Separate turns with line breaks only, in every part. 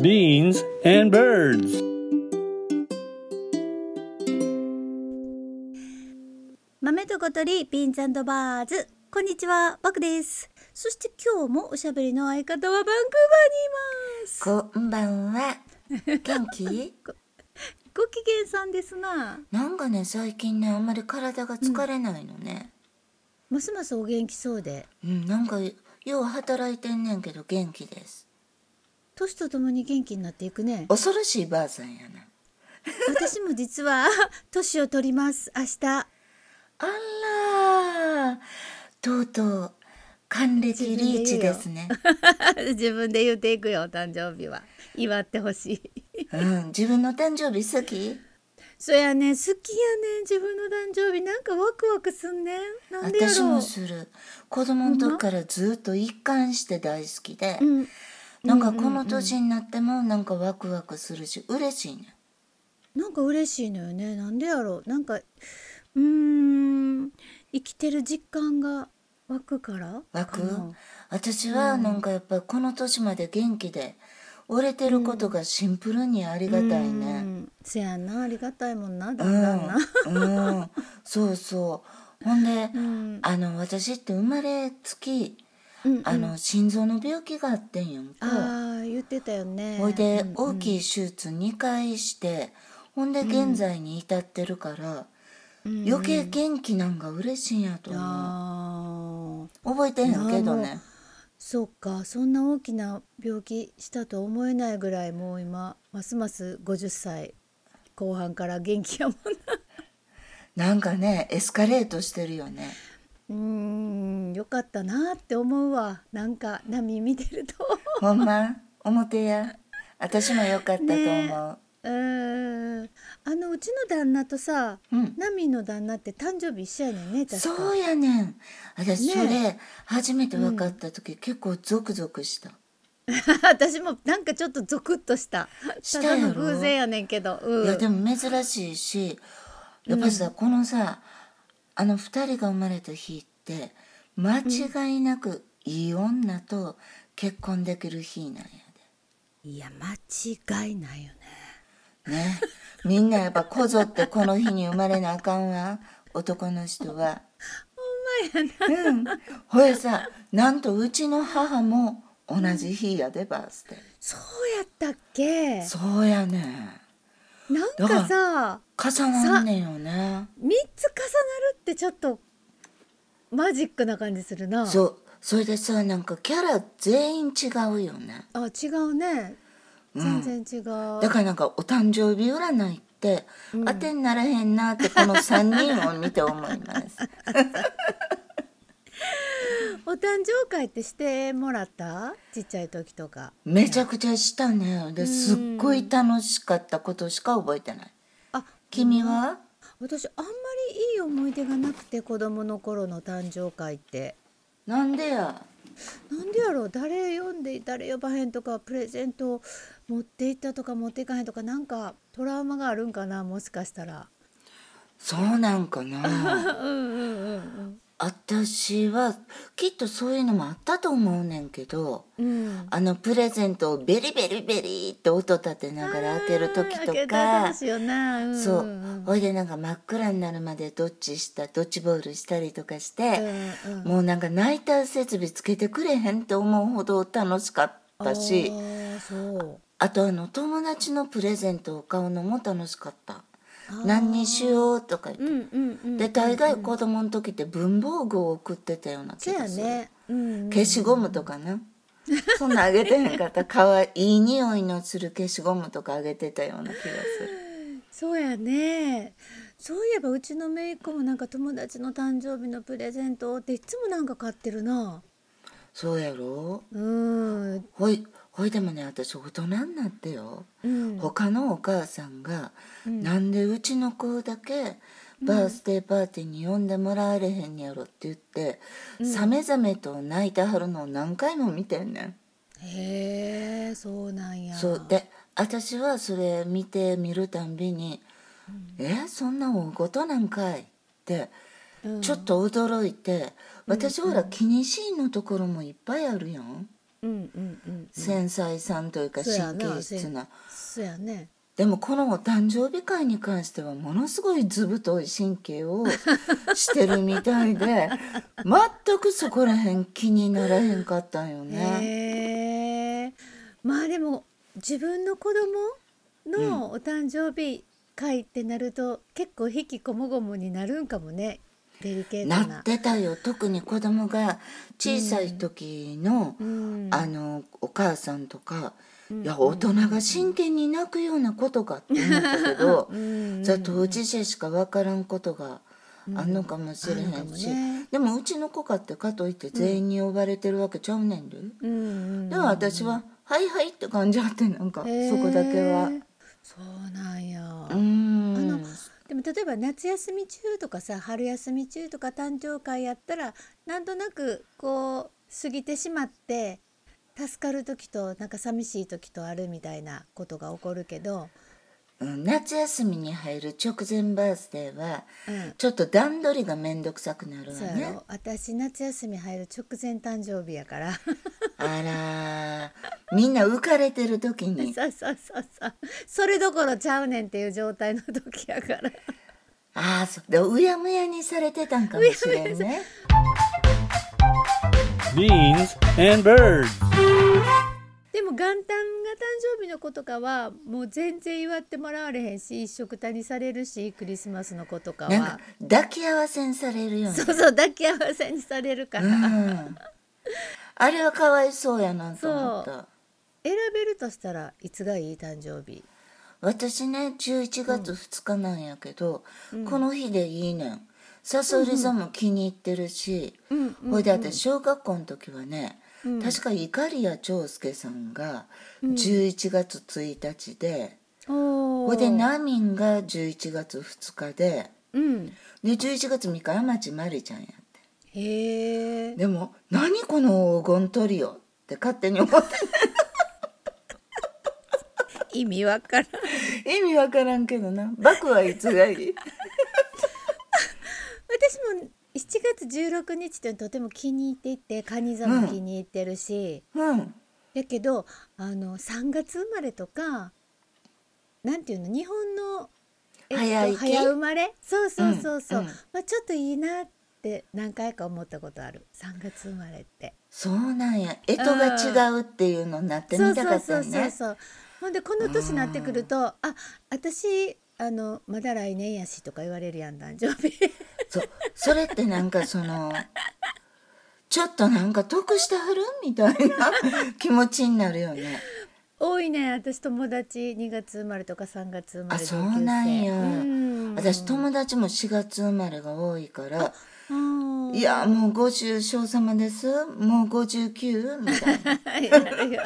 Beans and birds.
豆と小鳥ビーンズバーズこんにちはバクですそして今日もおしゃべりの相方はバンクーバーにいます
こんばんは。元 気
ご機嫌さんですな
なんかね、最近ね、あんまり体が疲れないのね。
ますますお元気そうで
うん、なんか、よう働いてんねんけど元気です。
年とともに元気になっていく ね
恐ろしいばあさんやな。
私も実は年を取ります明日
あらー、とうとう、還暦リーチです ね。
自分で言うていくよお誕生日は祝ってほしい
うん、自分の誕生日好き
そやね好きやね自分の誕生日なんかワクワクすんねんなんでや
私
ろ
も
う
する。子供の時からずっと一貫して大好きで、
うん
なんかこの年になってもなんかワクワクするし、嬉しいね。
なんか嬉しいのよねなんでやろうなんかうーん生きてる実感が湧くからか
湧く
な
私はなんかやっぱこの年まで元気で折れてることがシンプルにありがたいうね
んせやなありがたいもんなだ
うん
だんな、
ん、うん、そうそうほんで、
ん
あの私って生まれつき
うん
あの心臓の病気があってんやんか
あー言ってたよね
ほいで大
い、
きい手術2回してほんで現在に至ってるから
うん
余計元気なんか嬉しいんやと思う
あー
覚えてへんけど
いや
ね
そうかそんな大きな病気したとは思えないぐらいもう今ますます50歳後半から元気やもん
なんかねエスカレートしてるよね
うーん、よかったなって思うわ。なんか波見てると。
ほんま表や私も良かったと思う、
うーん、あのうちの旦那とさ、
うん
波の旦那って誕生日一緒やねんね。確か
そうやねん私
ね
それ初めて分かった時、結構ゾクゾクした、
私もなんかちょっとゾクッとした。
したたや
だ
ろ
の偶然やねんけど。うん。
いやでも珍しいしやっぱさ、このさあの2人が生まれた日って間違いなくいい女と結婚できる日なんや
いや間違いないよね。
でねみんなやっぱこぞってこの日に生まれなあかんわ男の人は。うん、ほいさなんとうちの母も同じ日やでバースデ
そうやったっけ
ー。そうやねん
なんか
だか
さ、
重なんねんよね
三つ重なるってちょっとマジックな感じするな。
そうそれでさなんかキャラ全員違うよね
あ、違うね。全然違う。
だからなんかお誕生日占いって当てにならへんなってこの3人を見て思います、
お誕生会ってしてもらったちっちゃい時とか
めちゃくちゃしたねですっごい楽しかったことしか覚えてない
あ
君は
私あんまりいい思い出がなくて子供の頃の誕生会って
なんでや
なんでやろう誰呼んで誰呼ばへんとかプレゼント持って行ったとか持っていかへんとかなんかトラウマがあるんかなもしかしたら
そうなんか な私はきっとそういうのもあったと思うねんけど
うん
あのプレゼントをベリベリベリって音立てながら開ける時
あー開けた
とか
楽しいよな、うんうん、
そうほいでなんか真っ暗になるまでドッジしたドッジボールしたりとかして、
うんうん
もうなんかナイター設備つけてくれへんって思うほど楽しかったし
あーそう
あとあの友達のプレゼントを買うのも楽しかった何にしようとか言って
うんうんうん
で大概子供の時って文房具を送ってたような気
そう
が
や
する、
ね、うん、
消しゴムとかなそんなあげてへん かったかわいいい匂いのする消しゴムとかあげてたような気が する
そうやねそういえばうちの姪っ子もなんか友達の誕生日のプレゼントっていつもなんか買ってるな
そうやろ
うん
ほいほいでもね私大人になってよ、
うん
他のお母さんが、なんでうちの子だけバースデーパーティーに呼んでもらわれへんやろって言って、さめざめと泣いてはるのを何回も見てんねん
へえそうなんや
そうで私はそれ見て見るたんびに「えそんな大ごとなんかい」って
うん
ちょっと驚いて、私ほら気にしいのところもいっぱいあるやん、
ううんうんうん
繊細さんというか
そうや
神
な
経質な
そうやね
でもこのお誕生日会に関してはものすごい図太い神経をしてるみたい で全くそこら辺気にならへんかったんよね。
へえまあでも自分の子供のお誕生日会ってなると、結構引きこもごもになるんかもねデリケートな。
なってたよ特に子供が小さい時の、
うん、
あのお母さんとか、
うん
いや大人が真剣に泣くようなことかって思ったけど
うん
じゃあ当事者しか分からんことがあんのかもしれへ
あんのか
ん
も
し、
ね
でもうちの子かってかといって全員に呼ばれてるわけちゃうねんで、
うんうん
でも私は「はいはい」って感じあってなんかそ
へえ
こだけは。
そうなんや。
うーん
あのでも例えば夏休み中とかさ春休み中とか誕生会やったらなんとなくこう過ぎてしまって助かる時となんか寂しい時とあるみたいなことが起こるけど、
うん夏休みに入る直前バースデーは
うん、
ちょっと段取りが面倒くさくなるわ
そうや
ね
ろ私夏休み入る直前誕生日やから
あらみんな浮かれてる時に
そうそうそうそうそれどころちゃうねんっていう状態の時やから。
ああそうでうやむやにされてたんかもし れんね
Beans and birds.
でも元旦が誕生日の子とかはもう全然祝ってもらわれへんし一緒くたにされるしクリスマスの子とか
なんか
は
抱き合わせにされるよね
そうそう抱き合わせにされるから、
うんあれはかわいそうやなと思っ
そ
た
選べるとしたらいつがいい誕生日
私ね11月2日なんやけど、この日でいいねんさそり座も気に入ってるし、
うん
ほいで私小学校の時はね、
うん
確か碇谷長介さんが11月1日で、
お
ほいでナミンが11月2日で
うん
で11月3日天地真理ちゃんやって
へえ
でも「何この黄金トリオ」って勝手に思って
意味わからん
意味わからんけどなバクはいつがいい
私も7月16日ってとても気に入っていて蟹座も気に入ってるし、
うん
やけどあの3月生まれとかなんていうの日本の、っと
早生き
早生まれそうそうそうそう、
うんうん
まあ、ちょっといいなって何回か思ったことある3月生まれって。
そうなんや干支が違うっていうのになって
そ
み
う
たか
そうそうん
った
そう
ね
そうほんでこの年になってくると「あ私あのまだ来年やし」とか言われるやん誕生日。
そうそれってなんかその ちょっとなんか得してはるみた いな気持ちになるよね
多いね私友達2月生まれとか3月生まれ
あそうなんや
うん
私友達も4月生まれが多いから
うん
いやもう50少様ですもう59みたい な
はいあるよ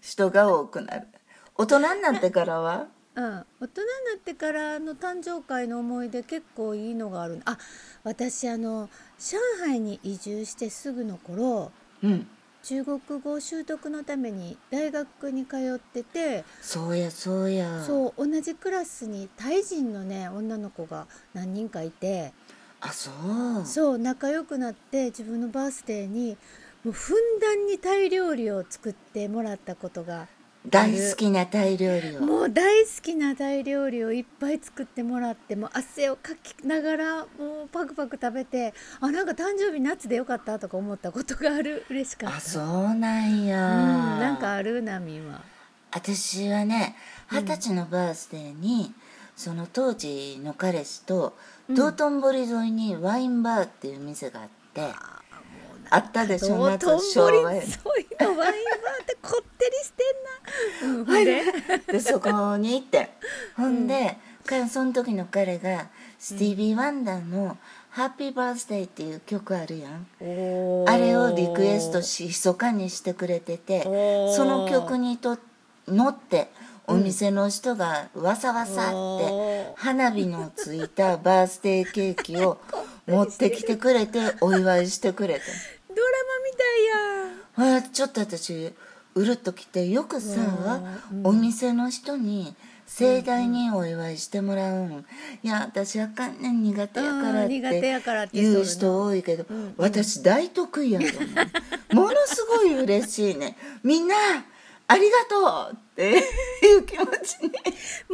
人が多くなる大人になってからは
うん、大人になってからの誕生会の思い出結構いいのがあるあ私あの上海に移住してすぐの頃
うん
中国語習得のために大学に通ってて、
そうやそうや
そう同じクラスにタイ人のね女の子が何人かいて、
あそう
そう仲良くなって自分のバースデーにもうふんだんにタイ料理を作ってもらったことが
大好きなタイ料理を
もう大好きなタイ料理をいっぱい作ってもらってもう汗をかきながらもうパクパク食べてあなんか誕生日夏でよかったとか思ったことがある嬉しかっ
あ
た
そうなんや、
うん、なんかあるなみんは
私はね二十歳のバースデーに、その当時の彼氏と道頓堀沿いにワインバーっていう店があって、あったでしょ
道
夏
頓
昭
堀
和
沿
や
いのワインバーってこってりしてんな、うん、ほん で
でそこに行ってほんで、かその時の彼がスティービー・ワンダーの「ハッピーバースデー」っていう曲あるやんあれをリクエストし密かにしてくれてて
おー
その曲にと乗ってお店の人がわさわさって
おー
花火のついたバースデーケーキを持ってきてくれてお祝いしてくれて
ドラマみたいやん
あーちょっと私うるっときてよくさお店の人に盛大にお祝いしてもらうん、いや私あかんねん苦手やからっ
うん苦手やからってて
言う
そう
人多いけど、私大得意やと思うものすごい嬉しいね。みんな、ありがとうっていう気持ちに。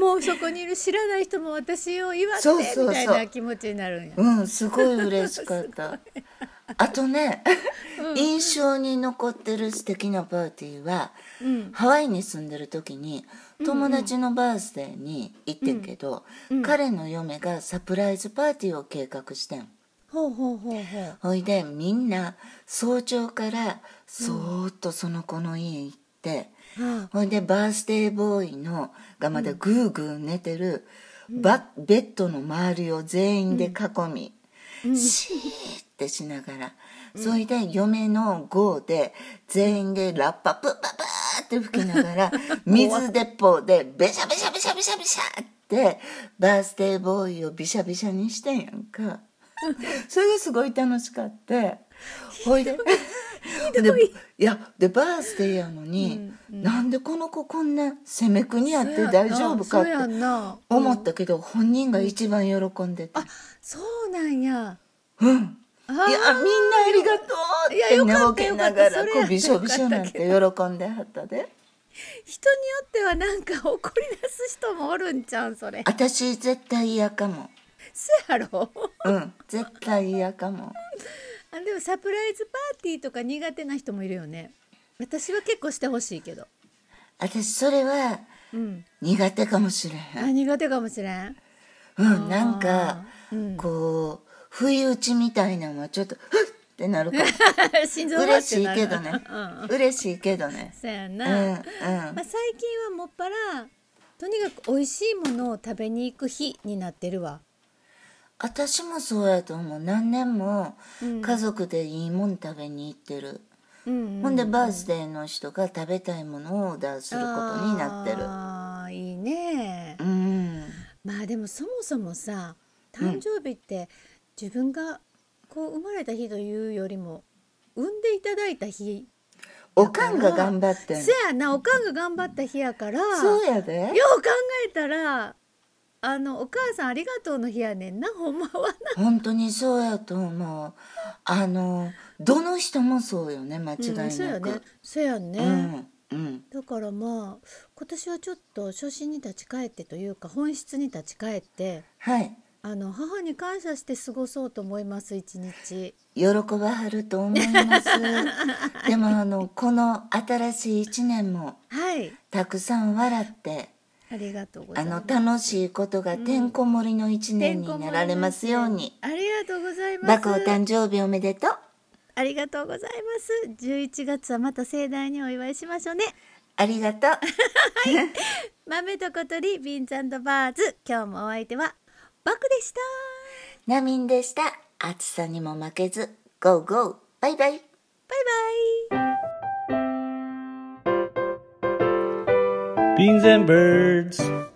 もうそこにいる知らない人も私を祝って
そうそうそう
みたいな気持ちになるんや。
うん、すごい嬉しかった。あとね、
うん
印象に残ってる素敵なパーティーは、
うん
ハワイに住んでる時に友達のバースデーに行ってんけど、彼の嫁がサプライズパーティーを計画してん
ほうほうほうほう。
ほいでみんな早朝からそーっとその子の家行って、
あ
ほいでバースデーボーイのがまだぐーぐー寝てる、ばベッドの周りを全員で囲み、シーってしながら、それで嫁の号で全員でラッパプッパパーって吹きながら水鉄砲でベシャベシャベシャベシャベシャってバースデーボーイをビシャビシャにしてんやんか。それがすごい楽しかって ほいででいやでバースデーやのに、なんでこの子こんな攻めくにあって大丈夫かっ
そうやん
て
な。
思ったけど、本人が一番喜んでて「
あ、そうなんや。
うん、
あ
いやみんな
ー
ありがとう」
いや
って
よ
寝
か
ぼ
った
け
よ
なが
よからった
こうびしょびしょなんて喜
よ
んではったで
人によってはなんか怒り出す人もおるんちゃうんそれ。
私絶対嫌かも
せやろ。
うん絶対嫌かも
あでもサプライズパーティーとか苦手な人もいるよね。私は結構してほしいけど。
私それは
うん。
苦手かもしれへん
あ苦手かもしれん。
うん、なんか、
うん
こう不意打ちみたいなのはちょっと「ふっ!」ってな るかも
心臓がっ
嬉
て
しい
なる
けどね
うん。
嬉しいけどね
そうや
う
な。
んう
ま
ん
あ、最近はもっぱらとにかく美味しいものを食べに行く日になってるわ。
私もそうやと思う何年も
うん
家族でいいもん食べに行ってる、
うんうん、
ほんでバースデーの人が食べたいものをオーダーすることになってる
あーいいね。
うん
まあでもそもそもさ誕生日って自分がこう生まれた日というよりも産んでいただいた日
おかんが頑張ってん
せやなおかんが頑張った日やから
そうやで
よう考えたらあのお母さんありがとうの日やねんなほんまはな。
本当にそうやと思うあのどの人もそうよね間違い
うん、そうや
な
ね
く、
そうやね。
うんうん
だからまあ今年はちょっと初心に立ち返ってというか本質に立ち返って
はい
あの母に感謝して過ごそうと思います一日
喜ばはると思います でもあのこの新しい一年も
はい
たくさん笑って
ありがとうござ
あ
いま
の
す
楽しいことがてんこ盛りの一年になられますように、
ありがとうございま
バ
す
カお誕生日おめでとう
ありがとうございます11月はまた盛大にお祝いしましょうね
ありがとう
豆と小鳥ビンザンドバーズ今日もお相手はバクでした
ナミンでした暑さにも負けずゴーゴーバイバ
バイ
イ
バイ
Beans and birds.